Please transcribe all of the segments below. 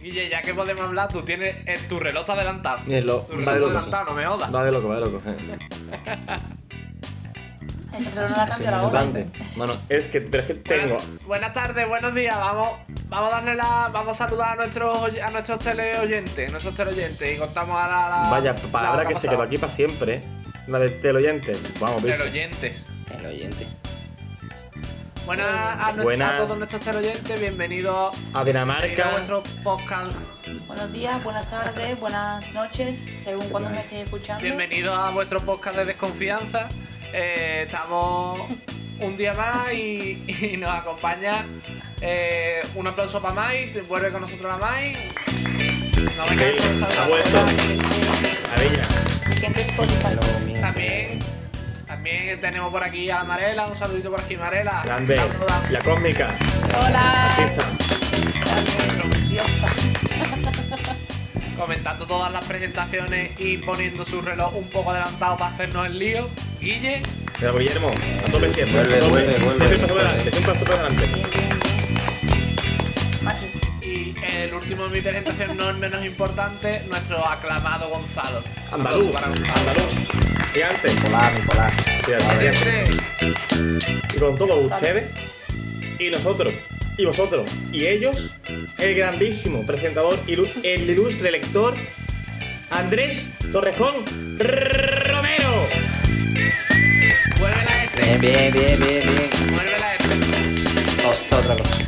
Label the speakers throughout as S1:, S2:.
S1: Oye, ya que podemos hablar, tú tienes el- tu reloj está adelantado.
S2: Mi reloj-
S1: Tu
S2: Eh, va
S1: reloj
S2: de
S1: está
S2: loco.
S1: adelantado, no me jodas.
S2: Va de loco, va de loco. eh.
S3: El reloj no la
S2: Sí,
S3: cambia la hora.
S2: importante. Bueno, es que, pero es que tengo.
S1: Buenas, Eh, buenas tardes, buenos días. Vamos, vamos a darle la, vamos a saludar a nuestros oy- a nuestros teleoyentes, nuestros teleoyentes y contamos a la, la-
S2: Vaya
S1: la-
S2: palabra
S1: la
S2: que se quedó
S1: pasada.
S2: aquí para siempre. ¿eh? La de teleoyente. Vamos, bicho.
S1: Teleoyentes.
S4: El oyente.
S1: Buenas a, nuestro- a
S2: Buenas.
S1: todos nuestros teleoyentes, bienvenidos
S2: A
S1: bienvenidos a
S2: Dinamarca.
S1: nuestro podcast,
S3: Buenos días, buenas tardes, buenas noches, según cuando me estéis escuchando.
S1: bienvenidos a vuestro podcast de desconfianza. Eh, estamos un día más y, y nos acompaña eh, un aplauso para Mai, vuelve con nosotros la Mai. No me canso de
S2: ha
S1: saludar.
S2: vuelto.
S3: Eh,
S2: A Villa.
S3: Gente de Spotify.
S4: Pero mi-
S1: También, también tenemos por aquí a Marela, un saludito por aquí, Marela.
S2: Grande.
S1: Saluda.
S2: La cósmica.
S3: Hola.
S2: Artista.
S3: Diosa.
S1: Comentando todas las presentaciones y poniendo su reloj un poco adelantado para hacernos el lío. Guille,
S2: Pero Guillermo, a tope siempre.
S4: Vuelve,
S2: a tope.
S4: vuelve, vuelve.
S2: Siempre a tope adelante, siempre a tope adelante.
S3: Bien, bien, bien. Mati.
S1: y el último de mi presentación, no es menos importante, nuestro aclamado Gonzalo.
S2: Andaluz.
S1: Para Gonzalo.
S2: Andaluz. Gigante.
S4: Polar, mi polar.
S2: Gigante.
S1: Este,
S2: Y con todos ustedes, y nosotros, y vosotros, y ellos, el grandísimo presentador, ilu- el ilustre lector, Andrés Torrejón Romero.
S1: Vuelve la este,
S4: Bien, bien, bien, bien, bien.
S1: vuelve la este.
S4: Otra, otra cosa.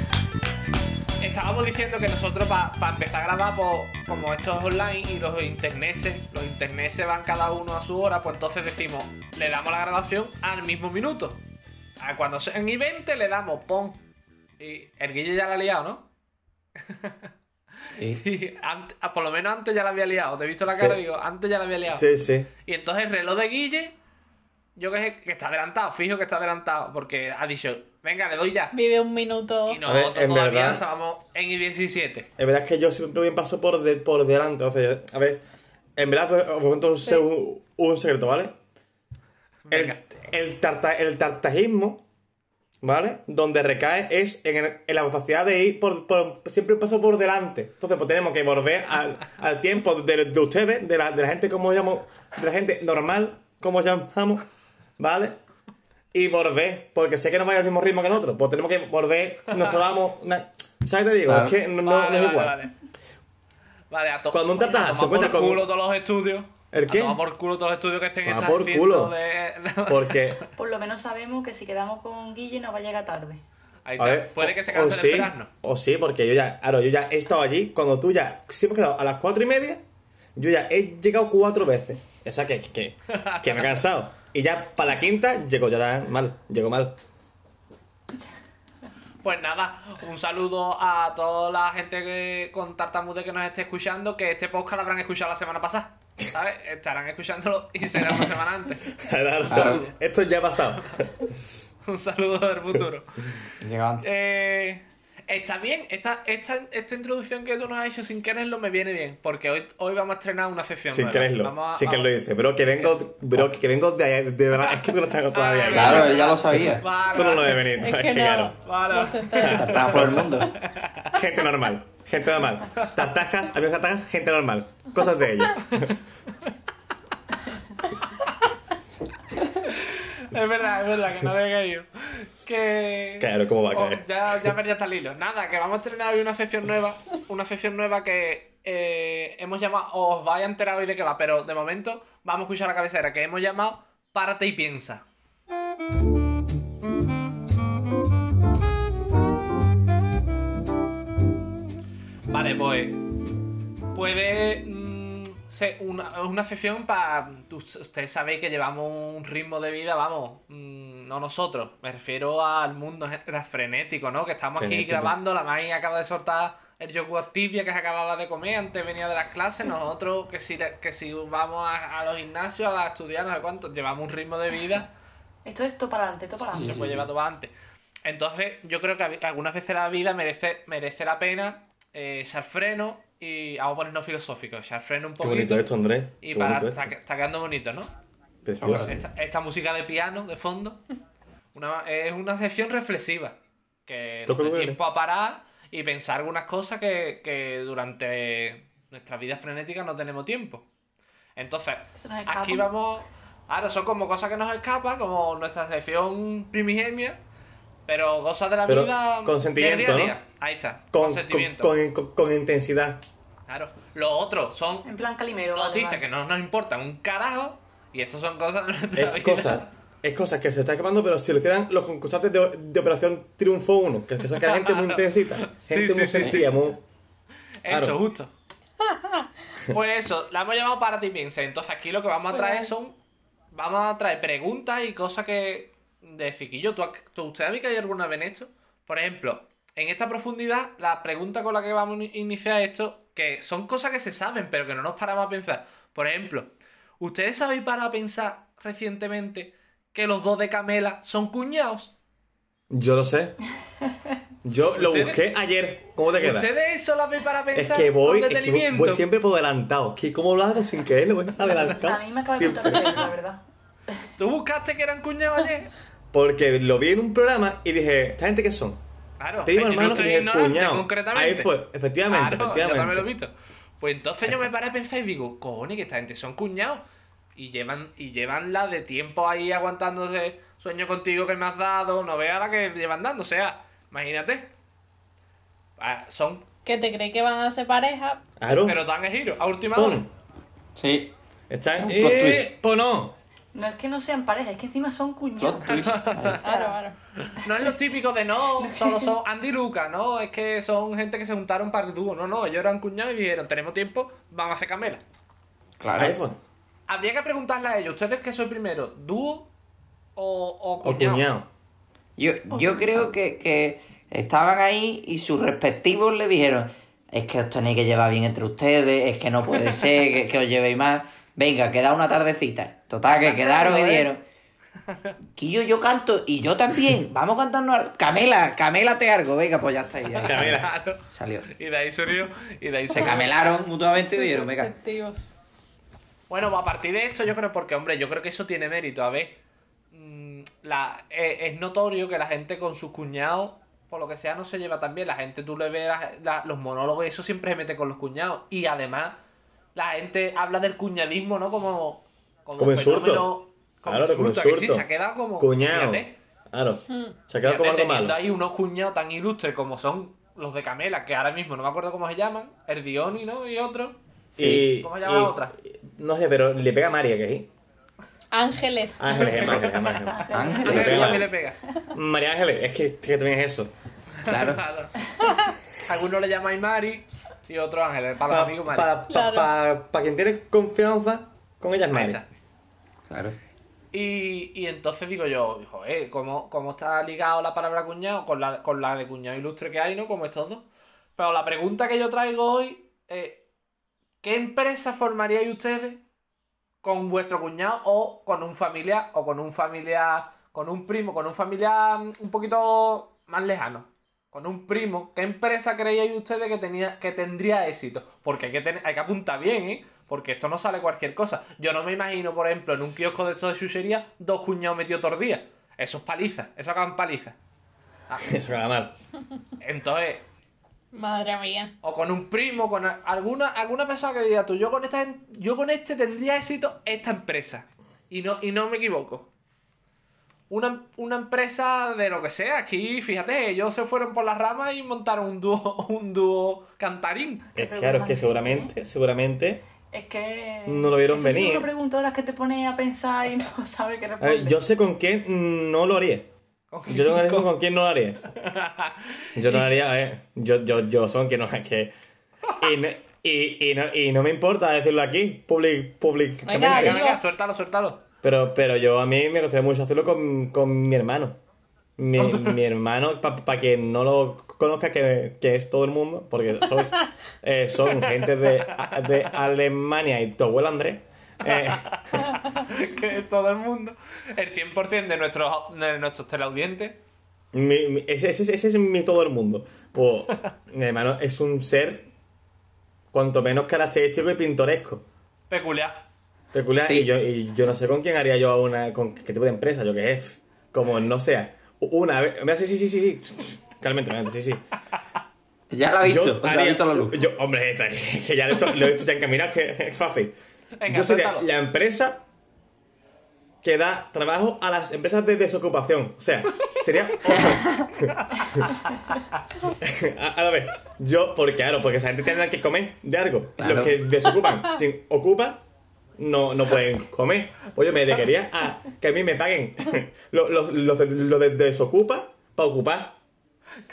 S1: Estábamos diciendo que nosotros para empezar a grabar, pues, como esto es online y los interneses, los interneses van cada uno a su hora, pues entonces decimos, le damos la grabación al mismo minuto. A cuando sean y 20 le damos pon. Y el Guille ya la ha liado, ¿no?
S4: Sí.
S1: Y ant- ah, por lo menos antes ya la había liado. Te he visto la cara
S2: Sí.
S1: y digo, antes ya la había liado.
S2: sí.
S1: Y entonces el reloj de Guille, yo que sé que está adelantado, fijo que está adelantado, porque ha dicho, venga, le doy ya.
S5: Vive un minuto.
S1: Y
S2: A ver,
S1: nosotros
S2: en
S1: todavía
S2: verdad-
S1: estábamos en I-17.
S2: En verdad es que yo siempre bien paso por, de- por delante. O sea, a ver, en verdad os cuento un, seg- un, secreto, ¿vale? El,
S1: Venga.
S2: el, tarta- el tartajismo, ¿vale? Donde recae es en, el- en la capacidad de ir por, por- siempre un paso por delante. Entonces, pues tenemos que volver al, al tiempo de, de ustedes, de la, de la gente como llamo, de la gente normal, como llamamos, ¿vale? Y volver, porque sé que no va al mismo ritmo que nosotros, pues tenemos que volver, nos trabamos. na- ¿Sabes? Te digo,
S4: Claro.
S2: es que no, no- no
S1: vale,
S2: es
S1: vale,
S2: igual.
S1: Vale, Vale, a to-
S2: Cuando un tartaja
S1: a tomar
S2: se encuentra
S1: por
S2: con-
S1: culo todos los estudios.
S2: ¿El qué?
S1: A tomar por culo todos los estudios que estén
S2: Toma
S1: estas
S2: por
S1: haciendo
S2: culo.
S1: de-
S2: Porque
S3: Por lo menos sabemos que si quedamos con Guille nos va a llegar tarde.
S1: Ahí
S2: A
S1: está.
S2: ver,
S1: Puede que se
S2: o- o
S1: canse de
S2: sí,
S1: esperarnos.
S2: O sí, porque yo ya, claro, yo ya he estado allí. Cuando tú ya, si hemos quedado a las cuatro y media, yo ya he llegado cuatro veces. O sea que, que, que me he cansado. Y ya para la quinta, llego ya mal, llego mal.
S1: Pues nada, un saludo a toda la gente que, con tartamude que nos esté escuchando, que este podcast lo habrán escuchado la semana pasada. ¿Sabes? Estarán escuchándolo y será una semana antes.
S2: Claro, o sea,
S4: Claro.
S2: Esto ya ha pasado.
S1: Un saludo del futuro.
S4: Llegaba antes.
S1: Eh, está bien, esta, esta, esta introducción que tú nos has hecho sin quererlo me viene bien, porque hoy, hoy vamos a estrenar una sección.
S2: sin
S1: nueva.
S2: quererlo.
S1: Vamos a-
S2: Sin quererlo dice. Bro, que vengo, bro, que vengo de allá. De verdad, es que tú no estás todavía.
S1: Ah,
S4: Claro, él ya lo sabía.
S1: Vale,
S2: Tú no lo
S1: vale.
S2: ves venir.
S5: Es que
S2: es que claro.
S5: no,
S1: Vale.
S5: no se entera.
S4: Tartaba por el mundo.
S2: Gente normal. Gente normal. Tartajas, amigos tartajas, gente normal. Cosas de ellos.
S1: Es verdad, es verdad, que no había caído. Que.
S2: Claro, ¿cómo va a
S1: Oh,
S2: caer?
S1: ya, ya perdí hasta el hilo. Nada, que vamos a estrenar hoy una sección nueva. Una sección nueva que eh, hemos llamado. Os vais a enterar hoy de qué va, pero de momento vamos a escuchar la cabecera que hemos llamado Párate y piensa. Vale, pues. Puede mm, ser una, una sesión para... Ustedes sabéis que llevamos un ritmo de vida, vamos, mm, no nosotros, me refiero al mundo en general, frenético, ¿no? Que estamos aquí
S2: Frenético.
S1: grabando, la Mai acaba de soltar el yogur tibia que se acababa de comer, antes venía de las clases, nosotros que si, que si vamos a, a los gimnasios a estudiar, no sé cuánto, llevamos un ritmo de vida
S3: Esto es todo para adelante, esto para
S1: Ah, se
S3: adelante.
S1: puede llevar todo antes. Entonces, yo creo que hab- algunas veces la vida merece, merece la pena eh, echar freno y vamos a ponernos filosóficos, echar freno un
S2: Qué
S1: poquito.
S2: bonito esto, Andrés.
S1: Y
S2: Qué
S1: para,
S2: bonito
S1: está,
S2: esto.
S1: está quedando bonito, ¿no?
S2: Precioso.
S1: Esta, esta música de piano de fondo una- es una sección reflexiva. Que
S2: Toca
S1: nos
S2: el
S1: da
S2: violín.
S1: tiempo a parar y pensar algunas cosas que, que durante nuestra vida frenética no tenemos tiempo. Entonces,
S3: Se nos escapa.
S1: aquí vamos. Ahora son como cosas que nos escapan, como nuestra sección primigenia, pero cosas de la
S2: Pero
S1: vida.
S2: con
S1: del
S2: sentimiento,
S1: día a día.
S2: ¿no?
S1: Ahí está, con,
S2: Con, con,
S1: sentimiento.
S2: con, con- con intensidad.
S1: Claro. Lo otro son
S3: En plan Calimero.
S1: nos
S3: vale,
S1: dice
S3: vale.
S1: que no nos importan un carajo y esto son cosas de nuestra
S2: Es
S1: vida.
S2: cosas, es cosas que se está escapando, pero si lo hicieran los concursantes de, de Operación Triunfo 1, que es que la gente muy intensita, gente
S1: Sí, sí, sí, sí.
S2: muy sencilla, muy.
S1: Eso,
S2: Claro.
S1: justo. pues eso, la hemos llamado para ti piensa. Entonces aquí lo que vamos a traer son. Vamos a traer preguntas y cosas que. De Fiquillo, ¿tú, has- tú, ¿usted ha visto que hay alguna vez en esto? Por ejemplo, en esta profundidad, la pregunta con la que vamos a in- iniciar esto, que son cosas que se saben, pero que no nos paramos a pensar. Por ejemplo, ¿ustedes habéis parado a pensar recientemente que los dos de Camela son cuñados?
S2: Yo lo sé. Yo lo
S1: ¿Ustedes?
S2: busqué ayer. ¿Cómo te queda?
S1: ¿Ustedes eso lo habéis para
S2: Es
S1: pensar
S2: que voy,
S1: con
S2: es que voy-
S1: detenimiento?
S2: voy siempre por adelantado. Es que ¿Cómo lo hago sin que él voy adelantado?
S3: A mí me acaba de
S2: Siempre.
S3: contar la verdad.
S1: ¿Tú buscaste que eran cuñados ayer?
S2: Porque lo vi en un programa y dije, ¿esta gente qué son?
S1: Claro,
S2: Te digo
S1: el
S2: hermano que
S1: ilustre
S2: dije
S1: ignorante,
S2: cuñado.
S1: concretamente.
S2: Ahí fue, efectivamente,
S1: Claro, yo
S2: efectivamente.
S1: también lo he visto. Pues entonces yo me paré a pensar y digo, cojones, que esta gente son cuñados. Y llevan, y llevan la de tiempo ahí aguantándose. Sueño contigo que me has dado, no vea la que llevan dando. O sea, imagínate. Ah, son,
S5: Que te crees que van a ser pareja. Ah,
S2: Claro.
S1: pero dan el giro. A última hora.
S2: Pon.
S4: Sí.
S2: Están.
S4: Un plot
S2: Eh,
S4: twist.
S2: o no.
S3: No es que no sean pareja, es que encima son cuñados.
S4: Plot twist. Ahí está.
S5: Claro, claro.
S1: No es lo típico de no, solo son Andy y Luca, no, es que son gente que se juntaron para el dúo. No, no, ellos eran cuñados y dijeron, tenemos tiempo, vamos a hacer camela.
S2: Ahí fue.
S4: Claro.
S1: Habría que preguntarle a ellos, ¿ustedes qué sois primero? ¿Dúo o, o
S2: O
S1: cuñado?
S2: cuñado.
S4: Yo, yo creo que, que estaban ahí y sus respectivos le dijeron, es que os tenéis que llevar bien entre ustedes, es que no puede ser que, que os llevéis mal. Venga, queda una tardecita. Total, que quedaron
S1: Cansado,
S4: y
S1: ¿eh?
S4: dijeron, Quillo, yo canto y yo también. Vamos cantando. al- Camela, camélate algo. Venga, pues ya está. ahí, Ya
S2: Camela.
S1: Claro.
S4: salió.
S1: Y de ahí surgió, y de ahí
S4: Se
S1: surgió.
S4: camelaron mutuamente y dijeron, venga.
S5: Respectivos.
S1: Bueno, pues a partir de esto yo creo, porque hombre, yo creo que eso tiene mérito, a ver. mm, La, eh, es, notorio que la gente con sus cuñados, por lo que sea, no se lleva tan bien. La gente, tú le ves las- la- los monólogos y eso siempre se mete con los cuñados. Y además, la gente habla del cuñadismo, ¿no? Como, como,
S2: Como insulto.
S1: fenómeno- Como
S2: Claro, como
S1: insulto, ¿a que sí?
S2: insulto.
S1: se ha quedado como...
S2: Cuñado.
S1: fíjate.
S2: Claro. Se ha quedado como
S1: Fíjate,
S2: algo
S1: teniendo
S2: malo.
S1: ahí unos cuñados tan ilustres como son los de Camela, que ahora mismo no me acuerdo cómo se llaman, Erdioni, ¿no? Y otro.
S2: Y,
S1: ¿Cómo se llama la
S2: y-
S1: otra?
S2: No sé, pero le pega a María, que sí.
S5: Ángeles.
S4: Ah.
S2: Ángeles, Ángeles, Ángeles.
S1: A ver,
S4: Ángeles.
S2: pega.
S1: también le pega.
S2: María Ángeles, es que, es que también es eso.
S4: Claro.
S1: Claro. Algunos le llamáis Mari y otros Ángeles. Para los
S2: Para
S1: amigos
S2: pa,
S1: Mari.
S2: pa-
S5: Claro.
S2: pa- pa quien tiene confianza, con ella es
S1: Ahí
S2: Mari.
S1: está.
S4: Claro.
S1: Y, y entonces digo yo, hijo, eh, ¿cómo, cómo está ligado la palabra cuñado con la, con la de cuñado ilustre que hay, ¿no? Como estos dos. Pero la pregunta que yo traigo hoy es, ¿qué empresa formaríais ustedes con vuestro cuñado o con un familiar o con un familiar, con un primo, con un familiar mm, un poquito más lejano? Con un primo, ¿qué empresa creíais ustedes que, tenía, que tendría éxito? Porque hay que, ten- hay que apuntar bien, ¿eh? Porque esto no sale cualquier cosa. Yo no me imagino, por ejemplo, en un kiosco de estos de chuchería, dos cuñados metidos todos los días. Eso es paliza, eso acaban paliza. Ah,
S2: Eso que va mal.
S1: entonces,
S5: Madre mía.
S1: o con un primo, con a- alguna, alguna persona que diga tú, yo con, esta, gen- yo con este tendría éxito esta empresa. Y no, y no me equivoco. Una, una empresa de lo que sea, aquí, fíjate, ellos se fueron por las ramas y montaron un dúo, un dúo cantarín.
S3: Qué
S2: Es claro, es que
S3: preocupación,
S2: seguramente, seguramente.
S3: Es que.
S2: No lo vieron
S3: Eso sí
S2: venir.
S3: Es una pregunta de las que te pone a pensar y no sabes qué
S2: A ver,
S3: responder.
S2: yo sé con quién no lo haría.
S1: Con-
S2: Yo tengo que decir con quién no lo haría. Yo no lo haría, a ver. Yo, yo, yo son que no es que. Y no, y, y no, y no me importa decirlo aquí, public,
S1: Venga,
S5: Venga,
S2: públicamente.
S5: venga.
S1: venga, suéltalo, suéltalo.
S2: Pero, pero yo a mí me gustaría mucho hacerlo con, con mi hermano. Mi,
S1: Con tu-
S2: mi hermano, para quien no lo conozca, que, que es todo el mundo, porque sois, eh, son gente de, de Alemania y tu abuelo Andrés. Eh,
S1: que todo el mundo, el 100% de nuestros, de nuestros teleaudientes,
S2: mi- mi- ese, ese- ese es mi todo el mundo. Pues, mi hermano es un ser cuanto menos característico y pintoresco.
S1: peculiar.
S2: Peculiar.
S4: Sí.
S2: Y, yo, y yo no sé con quién haría yo una. con qué tipo de empresa, yo qué es. Como no sea. Una vez. mira, Sí, sí, sí, sí, sí. Claramente, claramente, sí, sí.
S4: Ya lo ha visto, o sea, ha
S2: haría-
S4: visto la luz.
S2: yo- hombre, esta- que ya lo he hecho, lo he hecho ya encaminado, que es fácil.
S1: Venga,
S2: yo sería
S1: suéltalo.
S2: la empresa que da trabajo a las empresas de desocupación. O sea, sería. a, a ver, yo, porque claro, porque esa gente tiene que comer de algo.
S4: Claro.
S2: Los que desocupan, sin ocupan, no, no pueden comer. Oye, me dedicaría a que a mí me paguen los los los de, los de desocupa para ocupar.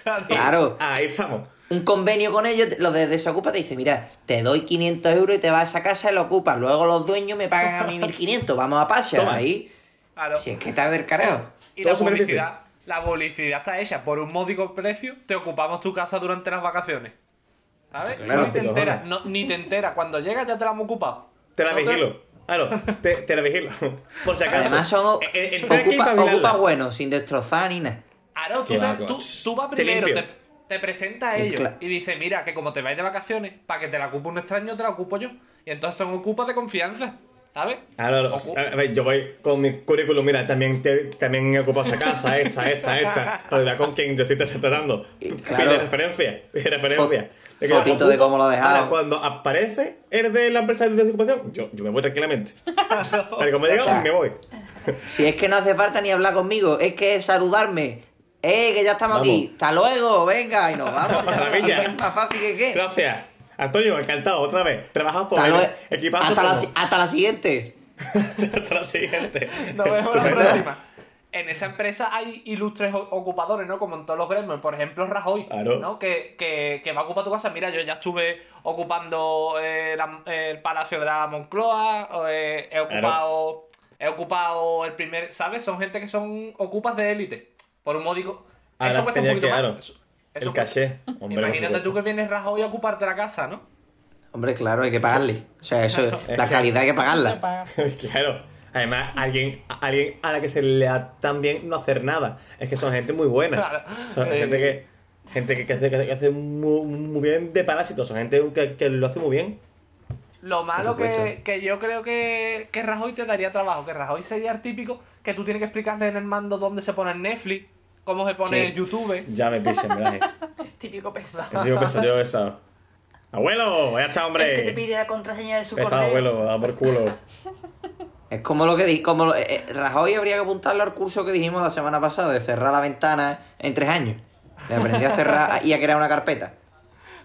S1: Claro.
S4: Claro,
S2: Ahí estamos.
S4: un convenio con ellos, lo de desocupa te dice, mira, te doy 500 euros y te vas a esa casa y lo ocupas. Luego los dueños me pagan a mí 1500, vamos a pasar
S2: Toma.
S4: ahí.
S1: Claro.
S4: Si es que está del carajo.
S1: Y
S2: Todo
S1: la
S2: su beneficio.
S1: publicidad, la publicidad está hecha por un módico precio, te ocupamos tu casa durante las vacaciones. ¿Sabes?
S4: Claro,
S1: ni te
S2: te lo
S1: enteras, no- ni te enteras. Cuando llegas ya te la hemos ocupado.
S2: Te la
S1: No te-
S2: vigilo. Claro, te, te la vigilo. Por si acaso.
S4: Además son
S2: Eh, eh, entra aquí
S4: ocupa,
S2: pa' vigilarla.
S4: ocupa bueno, sin destrozar ni nada.
S1: Claro, tú,
S2: Qué
S1: te-
S2: vago.
S1: tú- tú vas
S2: Te
S1: primero,
S2: limpio.
S1: te, te presentas a
S4: Y
S1: ellos
S4: cla-
S1: y dices, mira, que como te vais de vacaciones, para que te la ocupe un extraño, te la ocupo yo. Y entonces son ocupas de confianza, ¿sabes?
S2: Ahora, lo-
S1: Ocu-
S2: Ah, a ver, yo voy con mi currículum, mira, también, te, también he ocupado esta casa, esta, esta, esta, para ver con quién yo estoy tratando.
S4: Y,
S2: Pide
S4: claro.
S2: referencia, pide referencia. que
S4: fotito
S2: ocupo,
S4: de cómo lo ha dejado.
S2: Ahora, cuando aparece el de la empresa de desocupación, yo, yo me voy tranquilamente. Tal y como he llegado,
S4: O sea, eh.
S2: me voy.
S4: Si es que no hace falta ni hablar conmigo, es que es saludarme. ¡Eh, que ya estamos
S2: Vamos.
S4: aquí! ¡Hasta luego! ¡Venga! Y nos vamos. Ya está, si
S2: Maravilla.
S4: es que es más fácil que qué.
S2: Gracias. Antonio, encantado, otra vez. Trabajas por
S4: Hasta,
S2: el
S4: lue-
S2: equipazo.
S4: hasta la,
S2: como-
S4: si- hasta la siguiente.
S2: hasta la siguiente.
S1: Nos vemos la
S2: Estupendo.
S1: próxima. En esa empresa hay ilustres o- ocupadores, ¿no? Como en todos los gremios. Por ejemplo, Rajoy,
S2: Claro.
S1: ¿no? Que, que, que va a ocupar tu casa. Mira, yo ya estuve ocupando eh, la- el Palacio de la Moncloa, o, eh, he ocupado he ocupado el primer... ¿Sabes? Son gente que son ocupas de élite. Por un módico...
S2: Ahora
S1: eso cuesta un
S2: tenía
S1: poquito
S2: que-
S1: más.
S2: claro,
S1: Eso- eso
S2: El
S1: cuesta.
S2: caché. Hombre, por
S1: Imagínate
S2: supuesto.
S1: tú que vienes Rajoy a ocuparte la casa, ¿no?
S4: Hombre, claro, hay que pagarle. O sea, eso, la calidad hay que
S5: Se
S4: pagarla.
S5: paga.
S2: Claro. Además, alguien, a- alguien a la que se le da tan bien no hacer nada. Es que son gente muy buena.
S1: Claro.
S2: Son
S1: Eh.
S2: gente que, gente que, que hace, que hace muy, muy bien de parásitos. Son gente que, que lo hace muy bien.
S1: Lo malo que,
S4: supuesto.
S1: que yo creo que, que Rajoy te daría trabajo, que Rajoy sería el típico que tú tienes que explicarle en el mando dónde se pone el Netflix, cómo se pone
S4: Sí.
S1: el YouTube.
S2: Ya me pisen, ¿verdad?
S3: Es típico pesado.
S2: Yo digo que yo pesado. ¡Abuelo! ¡Ya está,
S3: El que te
S2: hombre!
S3: pide la contraseña de su
S2: Pesado,
S3: correo.
S2: abuelo, da por culo.
S4: Es como lo que di, como lo- eh, eh, Rajoy habría que apuntarlo al curso que dijimos la semana pasada de cerrar la ventana en tres años. De aprender a cerrar y a crear una carpeta.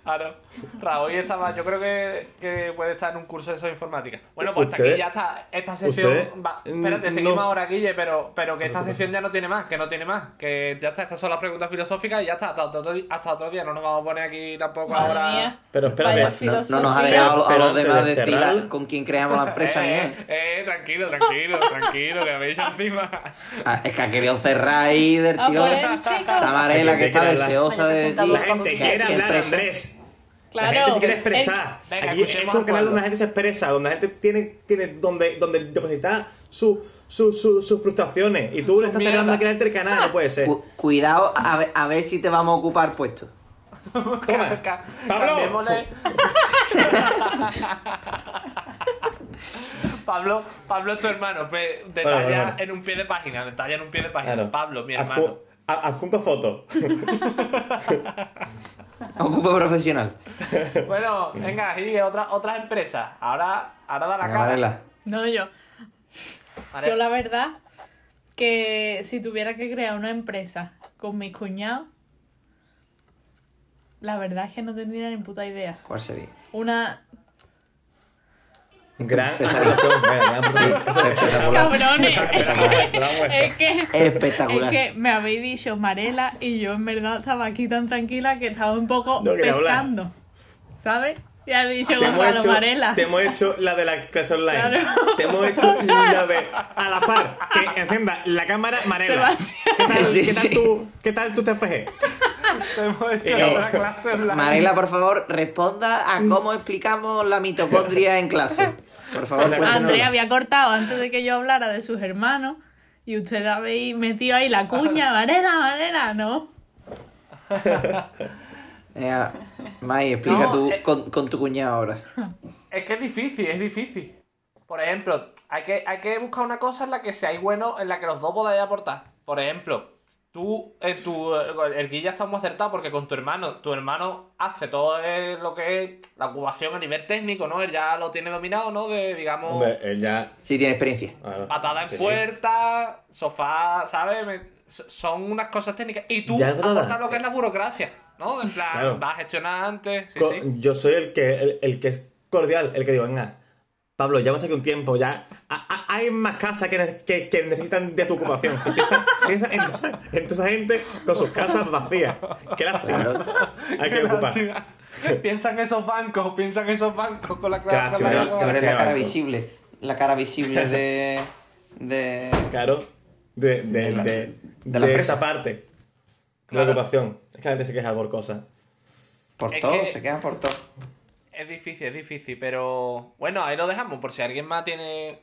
S1: Ahora, Ah, Rajoy estaba, yo creo que, que puede estar en un curso de eso de informática. Bueno, pues hasta
S2: Ustedes-
S1: aquí ya está esta sección.
S2: ustedes
S1: va- espérate,
S2: no
S1: seguimos
S2: s-
S1: ahora, Guille, pero, pero que esta sección ya no tiene más, que no tiene más, que ya está, estas son las preguntas filosóficas y ya está, hasta otro, di- hasta otro día, no nos vamos a poner aquí tampoco
S5: Madre
S1: ahora.
S5: mía.
S2: Pero espérate.
S5: Vaya
S4: No, no nos ha
S5: filosofía.
S4: dejado a
S2: Pero
S4: los
S2: antes
S4: demás
S2: de
S4: decir
S2: cerrar-
S4: la- con quién creamos la empresa ni nada.
S1: Eh, eh, tranquilo, tranquilo, tranquilo, que me he hecho encima.
S4: Ah, es que ha querido cerrar ahí del
S5: A Ah, por
S4: tirón.
S5: él, pues, chicos.
S4: Está Marela que
S2: Hay que
S4: está
S2: hablar.
S4: deseosa
S3: Vaya
S4: de
S3: presentador.
S2: La
S4: decir
S2: gente
S4: que-
S2: quiere
S4: que
S2: hablar,
S4: empresa-
S2: Andrés.
S5: Claro.
S2: la gente se quiere
S5: el-
S2: expresar.
S1: Venga,
S2: Aquí
S1: escuchemos
S2: es un
S1: a
S2: canal
S1: Pablo.
S2: donde la gente se expresa, donde la gente tiene, tiene donde, donde depositar su- su- su- sus frustraciones. Y tú le estás
S1: mierda.
S2: cerrando aquí la gente el canal, no puede ser.
S4: Cu- cuidado, a ver, a ver si te vamos a ocupar puesto.
S2: Toma.
S1: Ca-
S2: Pablo.
S1: cambiémosle. Pablo, Pablo es tu hermano. pe- Detalla
S2: Bueno, bueno, bueno.
S1: en un pie de página. Detalla en un pie de página.
S2: Claro.
S1: Pablo, mi
S2: Adju-
S1: hermano.
S2: a- Adjunto foto.
S4: Ocupa profesional.
S1: Bueno, venga, y otra, otra empresa. Ahora, ahora da la
S4: Venga,
S1: cara.
S4: Varela.
S5: No, yo.
S1: Vale.
S5: Yo la verdad que si tuviera que crear una empresa con mis cuñados, la verdad es que no tendría ni puta idea.
S4: ¿Cuál sería?
S5: Una...
S2: Gran
S4: Empezaría.
S2: actuación, gran actuación.
S4: Espectacular.
S5: ¡Cabrones!
S2: Espectacular, la muestra.
S5: es que... Es
S4: Espectacular.
S5: que me habéis dicho Marela y yo en verdad estaba aquí tan tranquila que estaba un poco
S2: No quería
S5: pescando. ¿Sabes? Ya he dicho
S2: Te hemos,
S5: Gonzalo
S2: hecho,
S5: Marela.
S2: te hemos hecho la de la clase online.
S5: Claro.
S2: Te hemos hecho la de a la par. Que encienda la cámara, Marela.
S5: Sebastián.
S2: ¿Qué tal,
S4: Sí,
S2: qué tal
S4: sí.
S2: tu, ¿Qué tal tu TFG?
S1: Te hemos hecho
S2: Eh,
S1: otra clase Mm. online.
S4: Marela, por favor, responda a cómo explicamos la mitocondria en clase. Por favor,
S2: Hola,
S4: cuéntenos.
S5: Andrea había cortado antes de que yo hablara de sus hermanos y usted habéis metido ahí la cuña, Marela, Marela, ¿no?
S4: Venga, Eh, ah, Mai, explica
S1: No,
S4: tú
S1: eh.
S4: con, con tu cuñado ahora.
S1: Es que es difícil, es difícil. Por ejemplo, hay que, hay que buscar una cosa en la que seáis buenos, en la que los dos podáis aportar. Por ejemplo, Tú, eh, tu, el Guilla está muy acertado porque con tu hermano, tu hermano hace todo eh, lo que es la cubación a nivel técnico, ¿no? Él ya lo tiene dominado, ¿no? De, digamos,
S2: Hombre, él ya.
S4: Sí, tiene experiencia.
S2: claro,
S1: Oh. patada en
S2: sí, sí.
S1: puerta, sofá, ¿sabes? Me- so- son unas cosas técnicas. Y tú
S2: Ya es verdad.
S1: aportas lo que es la burocracia, ¿no? En plan,
S2: Claro.
S1: vas a gestionar antes, sí,
S2: Co-
S1: sí.
S2: Yo soy el que, el, el que es cordial, el que digo, venga, Pablo, ya vas aquí un tiempo, ya. a- a- hay más casas que, ne- que, que necesitan de tu ocupación. Empieza, empieza en, tu, en tu- esa gente con sus casas vacías. Qué lástima.
S4: Claro.
S2: Hay
S1: Qué
S2: que ocupar.
S1: lástima. piensa en esos bancos, piensa en esos bancos con la clave.
S2: Qué
S4: Tú
S1: con la-
S4: eres,
S2: lástima,
S4: tú eres la cara
S2: Claro.
S4: visible. La cara visible de. de.
S2: Claro. De, de,
S4: De la-
S2: de-
S4: de la
S2: de
S4: empresa.
S2: esa parte. De
S1: Claro.
S2: la ocupación. Es que la gente se queja por cosas.
S4: Por
S1: Es
S4: todo,
S1: que-
S4: se quedan por todo.
S1: Es difícil, es difícil, pero bueno, ahí lo dejamos. Por si alguien más tiene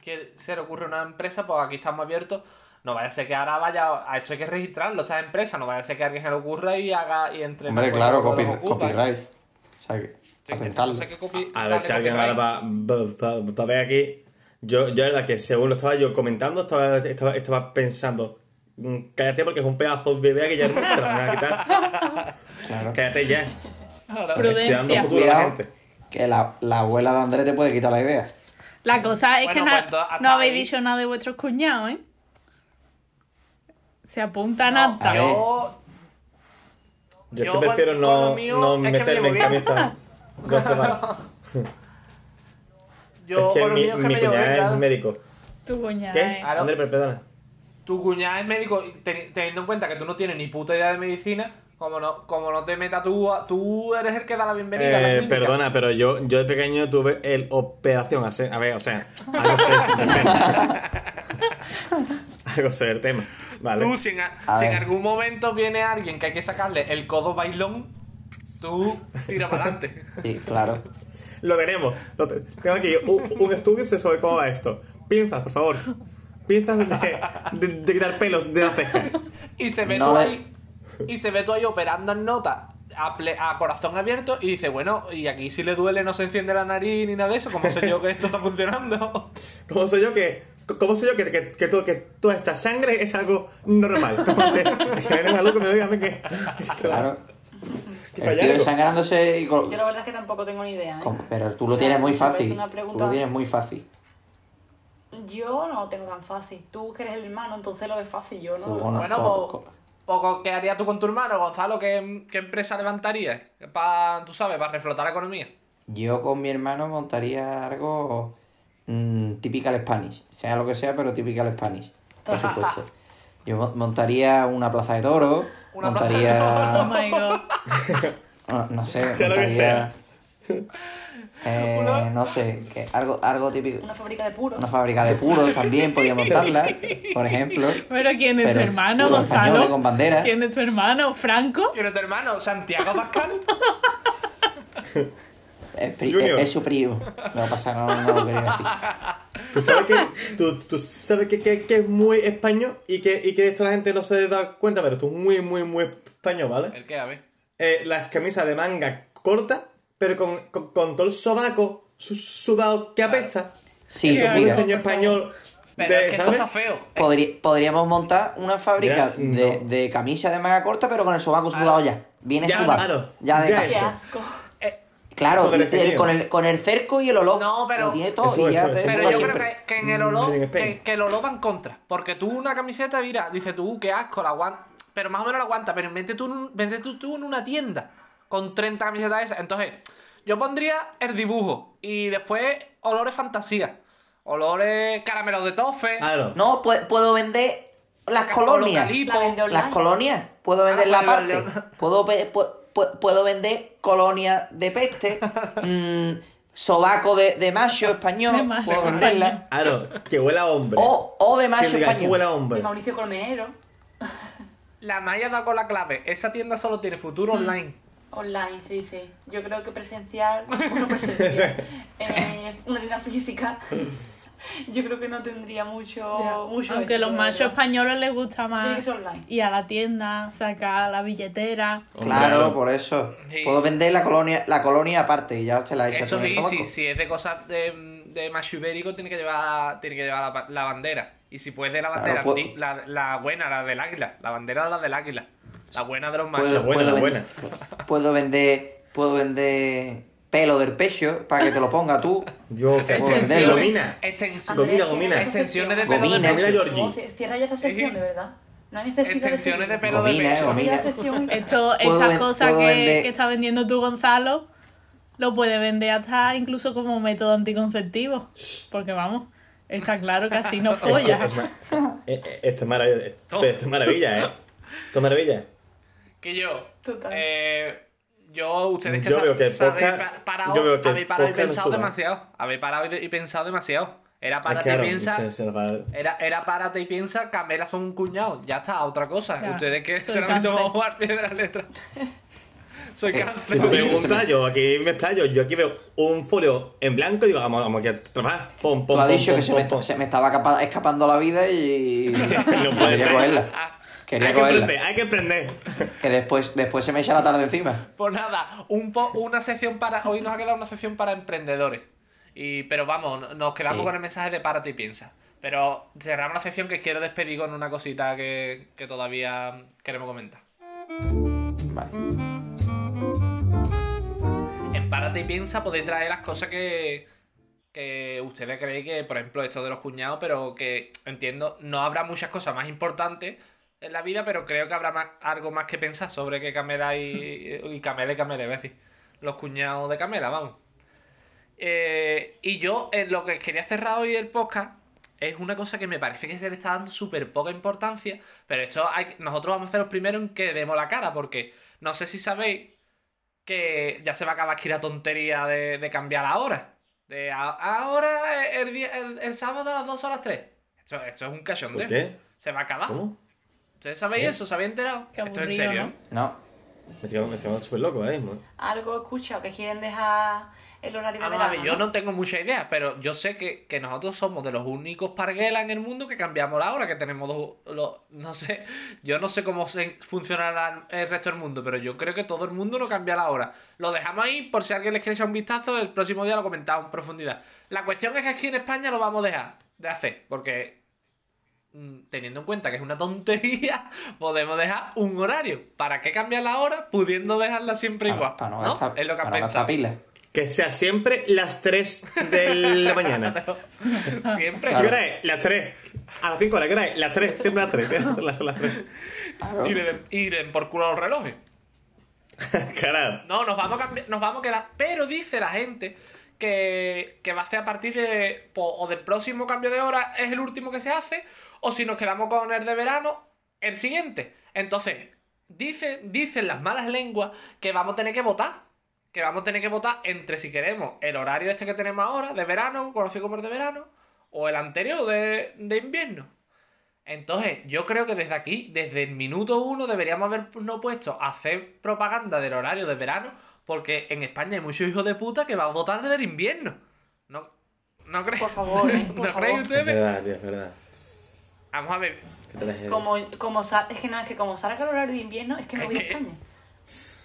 S1: que se le ocurre una empresa, pues aquí estamos abiertos. No vaya a ser que ahora vaya a esto hay que registrarlo, estas empresas. No vaya a ser que alguien se le ocurra y haga y entre.
S4: Hombre,
S1: pues,
S4: claro,
S1: los
S4: copy-
S1: ocupa, ¿eh?
S4: copyright. O sea, que
S1: Sí, que
S4: atentarlo.
S1: no sé qué copy-
S2: A ver
S1: dale,
S2: si alguien ahora
S1: copyright.
S2: va, va- va- va a ver aquí. Yo, yo la verdad que según lo estaba yo comentando, estaba, estaba, estaba pensando, mm, cállate porque es un pedazo de idea que ya no te la van a quitar.
S4: Claro.
S2: Cállate ya. Estoy dando futuro a
S5: Prudencia.
S2: la
S4: Cuidado,
S2: gente.
S4: que la, la abuela de Andrés te puede quitar la idea.
S5: La cosa es
S1: Bueno,
S5: que na-
S1: cuando hasta
S5: no habéis
S1: ahí-
S5: dicho nada de vuestros cuñados, ¿eh? Se apuntan
S1: No,
S5: hasta.
S4: A ver.
S1: yo-
S2: Yo, es
S1: Yo
S2: que prefiero
S1: con- con
S2: no,
S1: lo mío
S2: no
S1: es que me
S2: meterme en
S1: llevo bien.
S2: camisas. No está mal.
S1: Yo,
S2: es que
S1: por lo
S2: mi,
S1: mío es que
S2: mi
S1: me llevo bien,
S2: cuñada
S1: claro.
S2: es médico.
S5: Tu cuñada.
S2: ¿Qué?
S5: ¿eh?
S1: Claro.
S2: André, pero perdona.
S1: Tu cuñada es médico, y teni- teniendo en cuenta que tú no tienes ni puta idea de medicina, como no, como no te metas tú, a- tú eres el que da la bienvenida. a la
S2: Eh,
S1: clínica.
S2: perdona, pero yo, yo de pequeño tuve el operación. A, ser- a ver, o sea, algo sé del tema. algo sé del tema. Vale.
S1: Tú, si en, a-
S4: A
S1: si en
S4: ver.
S1: algún momento viene alguien que hay que sacarle el codo bailón, tú tira para adelante.
S4: Sí, claro.
S2: Lo tenemos. Lo te- tengo aquí un, un estudio sobre cómo va esto. Pinzas, por favor. Pinzas de, de- de quitar pelos de la ceja.
S1: Y se ve
S4: No
S1: tú
S4: le-
S1: ahí. Y se ve tú ahí operando en nota. A, ple- a corazón abierto y dice, bueno, y aquí si le duele no se enciende la nariz ni nada de eso, ¿cómo sé yo que esto está funcionando?
S2: ¿Cómo sé yo que.? ¿Cómo sé yo que, que, que, todo- que toda esta sangre es algo normal? ¿Cómo sé? Que viene una luz que me diga a mí que.
S4: Claro.
S2: que
S4: El
S2: falla
S4: tío
S2: algo.
S4: sangrándose y con-
S3: Yo la verdad es que tampoco tengo ni idea, ¿eh?
S4: con- Pero tú lo
S3: O sea,
S4: tienes muy
S3: me parece
S4: fácil.
S3: una
S4: Tú
S3: pregunta-
S4: lo tienes muy fácil.
S3: Yo no lo tengo tan fácil. Tú que eres el hermano, entonces lo ves fácil, yo
S4: Tú,
S3: no. pues-
S4: bueno,
S1: Bueno,
S4: co- co-
S1: Poco, ¿qué harías tú con tu hermano, Gonzalo? ¿Qué, qué empresa levantarías? Para, tú sabes, para reflotar la economía.
S4: Yo con mi hermano montaría algo mm, typical Spanish, sea lo que sea, pero typical Spanish, por supuesto. Yo mo- montaría una plaza de toros,
S1: Una plaza de
S4: montaría,
S5: Oh my god.
S4: no, no sé,
S2: Sea lo que
S4: montaría,
S2: sea.
S4: eh, no sé, que algo, algo típico,
S3: Una fábrica de puros.
S4: una fábrica de puros también podría montarla, por ejemplo.
S5: Pero ¿quién es
S4: Pero,
S5: tu hermano,
S4: puro
S5: Gonzalo?
S4: español con bandera.
S5: ¿Quién es tu hermano? ¿Franco?
S1: ¿Quién es tu hermano? ¿Santiago Pascal?
S4: Es, Eh, pri-
S2: Junior.
S4: es- es su primo, no pasa, no, no lo quería decir.
S2: Tú sabes que, tú, tú sabes que, que- que es muy español y que, y que de esto la gente no se da cuenta, pero tú es muy, muy, muy español, ¿vale?
S1: ¿El qué? A ver.
S2: Eh, las camisas de manga corta, pero con, con, con todo el sobaco su- sudado que apesta.
S4: Sí,
S2: Eso es muy
S4: mira.
S2: diseño español.
S1: Pero
S2: de-
S1: es que eso
S2: ¿sabes?
S1: está feo.
S4: Podri- podríamos montar una fábrica
S2: Mira,
S4: de,
S2: no.
S4: de camisa de manga corta, pero con el sobaco sudado ya. Viene
S2: Ya,
S4: sudado.
S2: claro.
S4: Ya de
S2: Ya
S4: casa.
S3: Qué
S2: eso.
S3: asco.
S1: Eh,
S4: Claro,
S2: Eso
S4: y
S2: me
S4: el-
S2: refería.
S4: con, el, con el cerco y el olor.
S1: No, pero-
S4: Lo tiene todo
S2: Eso,
S4: y ya
S2: eso,
S4: te
S2: eso.
S4: Pues, eso
S1: Pero
S4: para
S1: yo creo
S4: siempre.
S1: que, que en el olor,
S2: Mm,
S1: que, que el olor va en contra. Porque tú una camiseta, mira, dices tú, "Uh, qué asco, la aguanta. Pero más o menos la aguanta. Pero vente tú, en un- vente tú, tú en una tienda con 30 camisetas esas. Entonces, yo pondría el dibujo. Y después, olores fantasía. Olores caramelos de tofe.
S2: Claro.
S4: No, pu- puedo vender las Ah, colonias.
S1: Olocalipo.
S3: La vende
S4: Las
S3: online.
S4: colonias. Puedo vender
S1: Ah,
S4: la
S1: vale, vale,
S4: parte.
S1: vale.
S4: Puedo, ve- pu- pu- puedo vender colonias de peste. mm, sobaco de, de macho español.
S5: De macho
S4: puedo
S5: español.
S4: venderla.
S2: Claro, que huela a hombre.
S4: O, o de
S2: que
S4: macho
S2: diga, que
S4: español.
S2: huela a hombre.
S3: De Mauricio Colmenero.
S1: La Maya da con la clave. Esa tienda solo tiene futuro
S4: Hmm.
S1: online.
S3: Online, sí, sí. Yo creo que presencial, bueno, presencial, eh, una tienda física, yo creo que no tendría mucho, mucho
S5: Aunque
S3: éxito,
S5: los
S3: la
S5: machos
S3: verdad.
S5: españoles les gusta
S3: Tiene que
S5: más
S3: ser online.
S5: ir a la tienda, sacar la billetera.
S2: Hombre,
S4: Claro, por eso.
S1: Sí.
S4: Puedo vender la colonia, la colonia aparte y ya se la echas tú
S1: Eso
S4: en el
S1: sí,
S4: sobaco.
S1: si, si es de cosas de, de macho ibérico, tiene que llevar, tiene que llevar la, la bandera. Y si puedes de la
S4: Claro,
S1: bandera,
S4: pues- puedo-
S1: ti- la, la buena, la del águila. La bandera la del águila. La buena de los machos.
S2: buena,
S4: Puedo, puedo
S2: la
S4: ven- puedo vender. Puedo vender pelo del pecho para que te lo ponga tú.
S2: Yo, que
S4: Extensiones.
S2: Se domina.
S1: Extensiones.
S2: Domina,
S3: cierra
S2: domina.
S3: esta
S1: Extensiones de
S3: sección.
S1: pelo
S4: Domina.
S1: de
S2: Mira,
S1: pecho.
S2: Georgie.
S3: Goci- Cierra ya esta sección, de verdad. No hay necesidad de
S1: Extensiones
S3: seguir.
S1: de pelo
S4: Gomina, eh.
S1: de pecho.
S4: gomina.
S3: Cierra la sección.
S5: Esto,
S4: Puedo
S5: estas
S4: ven-
S5: cosas
S4: puedo
S5: que,
S4: vender-
S5: que está vendiendo tú, Gonzalo, lo puede vender hasta incluso como método anticonceptivo. Porque vamos, está claro que así no follas.
S2: Es- es- Eh, Esto es maravilla, esto es maravilla, ¿eh? Esto es maravilla.
S1: Que yo.
S3: Total.
S1: eh, yo, ustedes que
S2: Yo
S1: sab-
S2: veo que el
S1: sabéis
S2: podcast-
S1: pa- parado,
S2: yo veo que el
S1: habéis parado y
S2: podcast no
S1: pensado
S2: suda.
S1: demasiado. Habéis parado y, y pensado demasiado. Era para
S2: Es
S1: ti
S2: que, claro,
S1: piensa.
S2: se- se nos va-
S1: Era, era párate y piensa, cameras son un cuñado. Ya está, otra cosa.
S5: Ya,
S1: Ustedes que
S5: soy
S1: solamente
S5: cáncer.
S1: vamos a jugar pie de la letra. soy
S4: Eh,
S2: Si
S1: cáncer.
S2: tú
S4: Vale,
S2: preguntas,
S4: se-
S2: yo aquí me explayo, yo aquí veo un folio en blanco y digo, vamos, vamos aquí a trabajar. Pom, pom,
S4: Tú has
S2: pom,
S4: dicho
S2: pom,
S4: que se
S2: pom,
S4: me,
S2: pom.
S4: se me estaba capa- escapando la vida y.
S2: puede
S4: quería
S2: ser.
S4: cogerla. Quería
S2: Hay que
S4: cogerla.
S2: emprender, hay que emprender.
S4: Que después, después se me echa la tarde encima.
S1: Pues nada, un po- una sección para. Hoy nos ha quedado una sección para emprendedores. Y, pero vamos, no- nos quedamos
S4: Sí.
S1: con el mensaje de párate y piensa. Pero cerramos la sección que quiero despedir con una cosita que, que todavía queremos comentar.
S4: Vale.
S1: En párate y piensa podéis traer las cosas que. que ustedes creen que, por ejemplo, esto de los cuñados, pero que entiendo, no habrá muchas cosas más importantes en la vida, pero creo que habrá más, algo más que pensar sobre que Camela y. y Camela y Camela, iba a decir. Los cuñados de Camela, vamos. Eh, y yo, en lo que quería cerrar hoy el podcast, es una cosa que me parece que se le está dando súper poca importancia, pero esto hay, nosotros vamos a ser los primeros en que demos la cara, porque no sé si sabéis que ya se va a acabar aquí la tontería de, de cambiar la hora. De a- ahora eh, el, día- el- el sábado a las 2 o a las 3. Esto, esto es un
S2: ¿Por
S1: cachondeo.
S2: qué?
S1: Se va a acabar.
S2: ¿Cómo?
S1: ¿Ustedes sabéis
S2: ¿Eh?
S1: eso? ¿Se había enterado? esto
S5: Qué
S1: es en
S5: aburrido,
S1: serio.
S5: ¿no?
S1: ¿eh?
S4: No.
S2: Me estoy me estoy súper loco ahora mismo.
S3: Algo he escuchado que quieren dejar el horario de
S1: Vamos a
S3: verano.
S1: ver, Ah, yo no tengo mucha idea, pero yo sé que, que nosotros somos de los únicos parguelas en el mundo que cambiamos la hora, que tenemos dos, los- no sé, yo no sé cómo se funcionará el resto del mundo, pero yo creo que todo el mundo no cambia la hora. Lo dejamos ahí por si alguien les quiere echar un vistazo, el próximo día lo comentamos en profundidad. La cuestión es que aquí en España lo vamos a dejar de hacer, porque mm, teniendo en cuenta que es una tontería, podemos dejar un horario. ¿Para qué cambiar la hora pudiendo dejarla siempre
S4: Para,
S1: igual?
S4: para no
S1: ¿No?
S4: gastar,
S1: Es lo que han
S4: para no
S1: pensado.
S4: gastar pila.
S2: Que sea siempre las 3 de la mañana.
S1: Siempre.
S2: ¿Qué hora es? Las 3. A las 5 horas, ¿qué hora es? Las 3, siempre las 3. Las, las 3.
S4: Claro.
S1: Y le, den- y le den por culo a los relojes.
S2: Carajo.
S1: No, nos vamos a cambiar, nos vamos a quedar. Pero dice la gente que, que va a ser a partir de. po- o del próximo cambio de hora es el último que se hace. O si nos quedamos con el de verano, el siguiente. Entonces, dice, dicen las malas lenguas que vamos a tener que votar. Que vamos a tener que votar entre si queremos el horario este que tenemos ahora, de verano, conocido como el de verano, o el anterior de, de invierno. Entonces, yo creo que desde aquí, desde el minuto uno, deberíamos habernos puesto a hacer propaganda del horario de verano, porque en España hay muchos hijos de puta que van a votar desde el invierno. ¿No, no crees?
S3: Por favor, eh, por
S1: ¿No
S3: favor.
S1: creéis
S2: Es
S1: ustedes?
S2: verdad, tío, es verdad.
S1: Vamos a ver.
S2: Qué tragedia.
S3: Como, como sal- es que no, es que como salga el horario de invierno, es que no
S1: Es
S3: voy a
S1: que-
S3: España.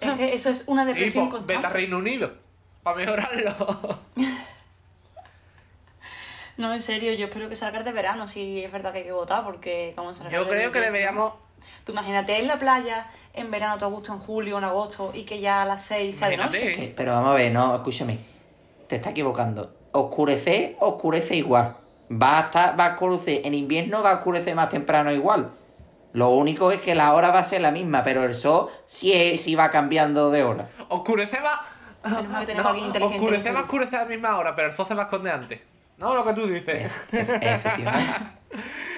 S3: Es que eso es una
S1: Sí,
S3: depresión
S1: pues, vete a
S3: constante.
S1: Reino Unido, para mejorarlo.
S3: No, en serio, yo espero que salga el de verano, si es verdad que hay que votar, porque como salga
S1: Yo
S3: el de
S1: creo que
S3: invierno-
S1: deberíamos-
S3: Tú imagínate en la playa, en verano, todo agosto, en julio, en agosto, y que ya a las 6 sale noche.
S1: Imagínate,
S4: Que- Pero vamos a ver, no, escúchame. Te está equivocando. Oscurece, oscurece igual. Va a estar, va a oscurecer. En invierno va a oscurecer más temprano igual. Lo único es que la hora va a ser la misma, pero el sol sí, es- sí va cambiando de hora.
S1: oscurece va...
S3: Menos mal que tenemos a alguien inteligente en
S1: oscurece
S3: el
S1: va a
S3: grupo.
S1: oscurecer a la misma hora, pero el sol se va a esconder antes. No, lo que tú dices.
S4: E- Efectivamente.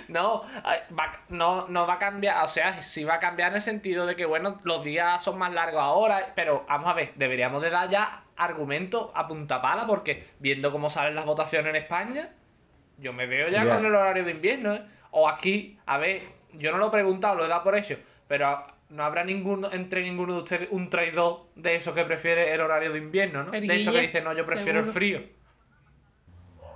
S1: No, ay, va- no, no va a cambiar, o sea, sí va a cambiar en el sentido de que, bueno, los días son más largos ahora, pero vamos a ver, deberíamos de dar ya argumentos a punta pala, porque viendo cómo salen las votaciones en España, yo me veo ya
S2: Ya.
S1: con el horario de invierno, ¿eh? O aquí, a ver, yo no lo he preguntado, lo he dado por hecho, pero no habrá ninguno, entre ninguno de ustedes, un traidor de esos que prefiere el horario de invierno, ¿no?
S5: El
S1: de esos que
S5: Guille,
S1: dicen, no, yo prefiero el
S5: seguro.
S1: frío.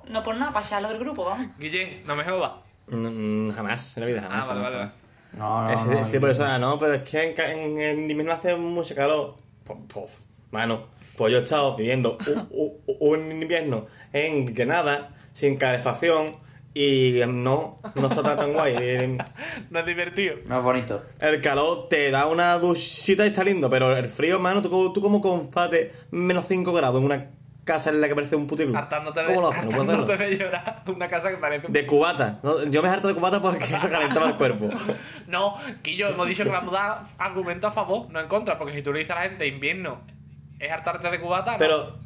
S3: No por nada, para echarlo del grupo, vamos.
S1: Guille, no me jodas.
S2: No, mm, jamás, en la vida,
S1: Ah,
S2: jamás.
S1: vale,
S2: jamás,
S1: vale, vale. Ah,
S2: jamás.
S4: No, no,
S2: Ese
S4: no,
S2: ese tipo de personas, no, pero es que en, ca- en, en invierno hace mucho calor. Po- po, mano, pues yo he estado viviendo u- u- u- un, invierno en Granada, sin calefacción, Y no, no está tan guay. El,
S1: No es divertido.
S4: No es bonito.
S2: el calor te da una duchita y está lindo, pero el frío, hermano, tú, co- tú como confate menos 5 grados en una casa en la que parece un puto iglú.
S1: Hartándote de,
S2: ¿Cómo lo haces? No puedo hacerlo.
S1: hartándote de llorar. Una casa que parece un
S2: De cubata. No, yo me harto de cubata porque se calentaba el cuerpo.
S1: No, Quillo, hemos dicho que vamos a dar argumento a favor, no en contra, porque si tú le dices a la gente invierno es hartarte de cubata, no.
S2: Pero,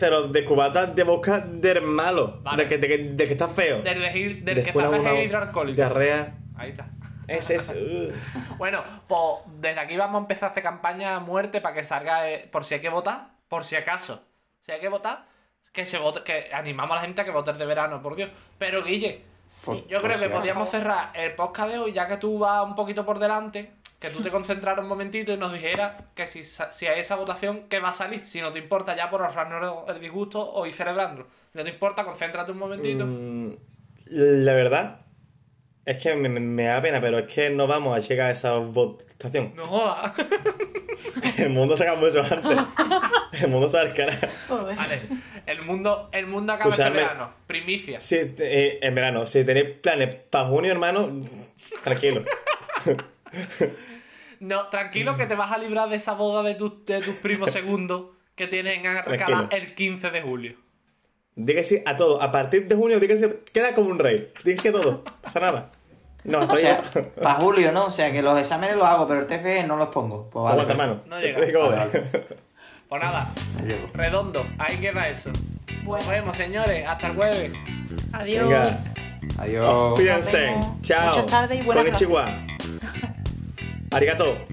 S2: pero de cubata de boca del malo,
S1: Vale.
S2: de, que, de que- de que está feo.
S1: del, regil- del que
S2: Después
S1: saca
S2: una
S1: el hidroalcohólico.
S2: Diarrea.
S1: Ahí está.
S2: Ese es. uh.
S1: Bueno, pues desde aquí vamos a empezar a hacer campaña a muerte para que salga, eh, por si hay que votar, por si acaso. Si hay que votar, que se vote, que animamos a la gente a que vote de verano, por Dios. Pero Guille,
S4: Por-
S1: yo
S4: por
S1: creo
S4: si
S1: que
S4: acaso.
S1: podríamos cerrar el podcast de hoy, ya que tú vas un poquito por delante, que tú te concentraras un momentito y nos dijeras que si, sa- si hay esa votación, ¿qué va a salir? Si no te importa ya por ahorrarnos el disgusto o ir celebrando. Si no te importa, concéntrate un momentito.
S2: Mm, La verdad es que me, me- me da pena, pero es que no vamos a llegar a esa votación.
S1: No jodas.
S2: El mundo se acaba mucho antes. El mundo se va al carajo.
S3: Joder.
S1: vale, el mundo, el mundo acaba
S4: Pues
S1: este
S2: Escuchadme.
S1: verano. Primicia.
S2: Si, eh, en verano, si tenéis planes para junio, hermano, tranquilo.
S1: No, tranquilo que te vas a librar de esa boda de, tus de tus primos segundos que tienen arcada
S2: Tranquilo.
S1: el 15 de julio.
S2: Dígase a todo. A partir de junio, dígase, queda como un rey. Dígase a todo. Pasa nada. No,
S4: O
S2: hasta ahí
S4: sea,
S2: no.
S4: para julio, ¿no? O sea, que los exámenes los hago, pero el TFE no los pongo. Pues vale.
S2: Aguanta, hermano.
S1: No
S2: Te
S1: llega.
S2: digo,
S4: Vale, vale.
S1: Pues nada,
S4: Me llevo.
S1: redondo, ahí queda eso. Nos
S3: Bueno.
S1: vemos, señores, hasta el jueves.
S5: Adiós.
S2: Venga.
S4: Adiós.
S2: Fíjense.
S3: Nos vemos.
S2: Chao.
S3: Muchas tardes y buenas
S2: Konnichiwa. Arigato.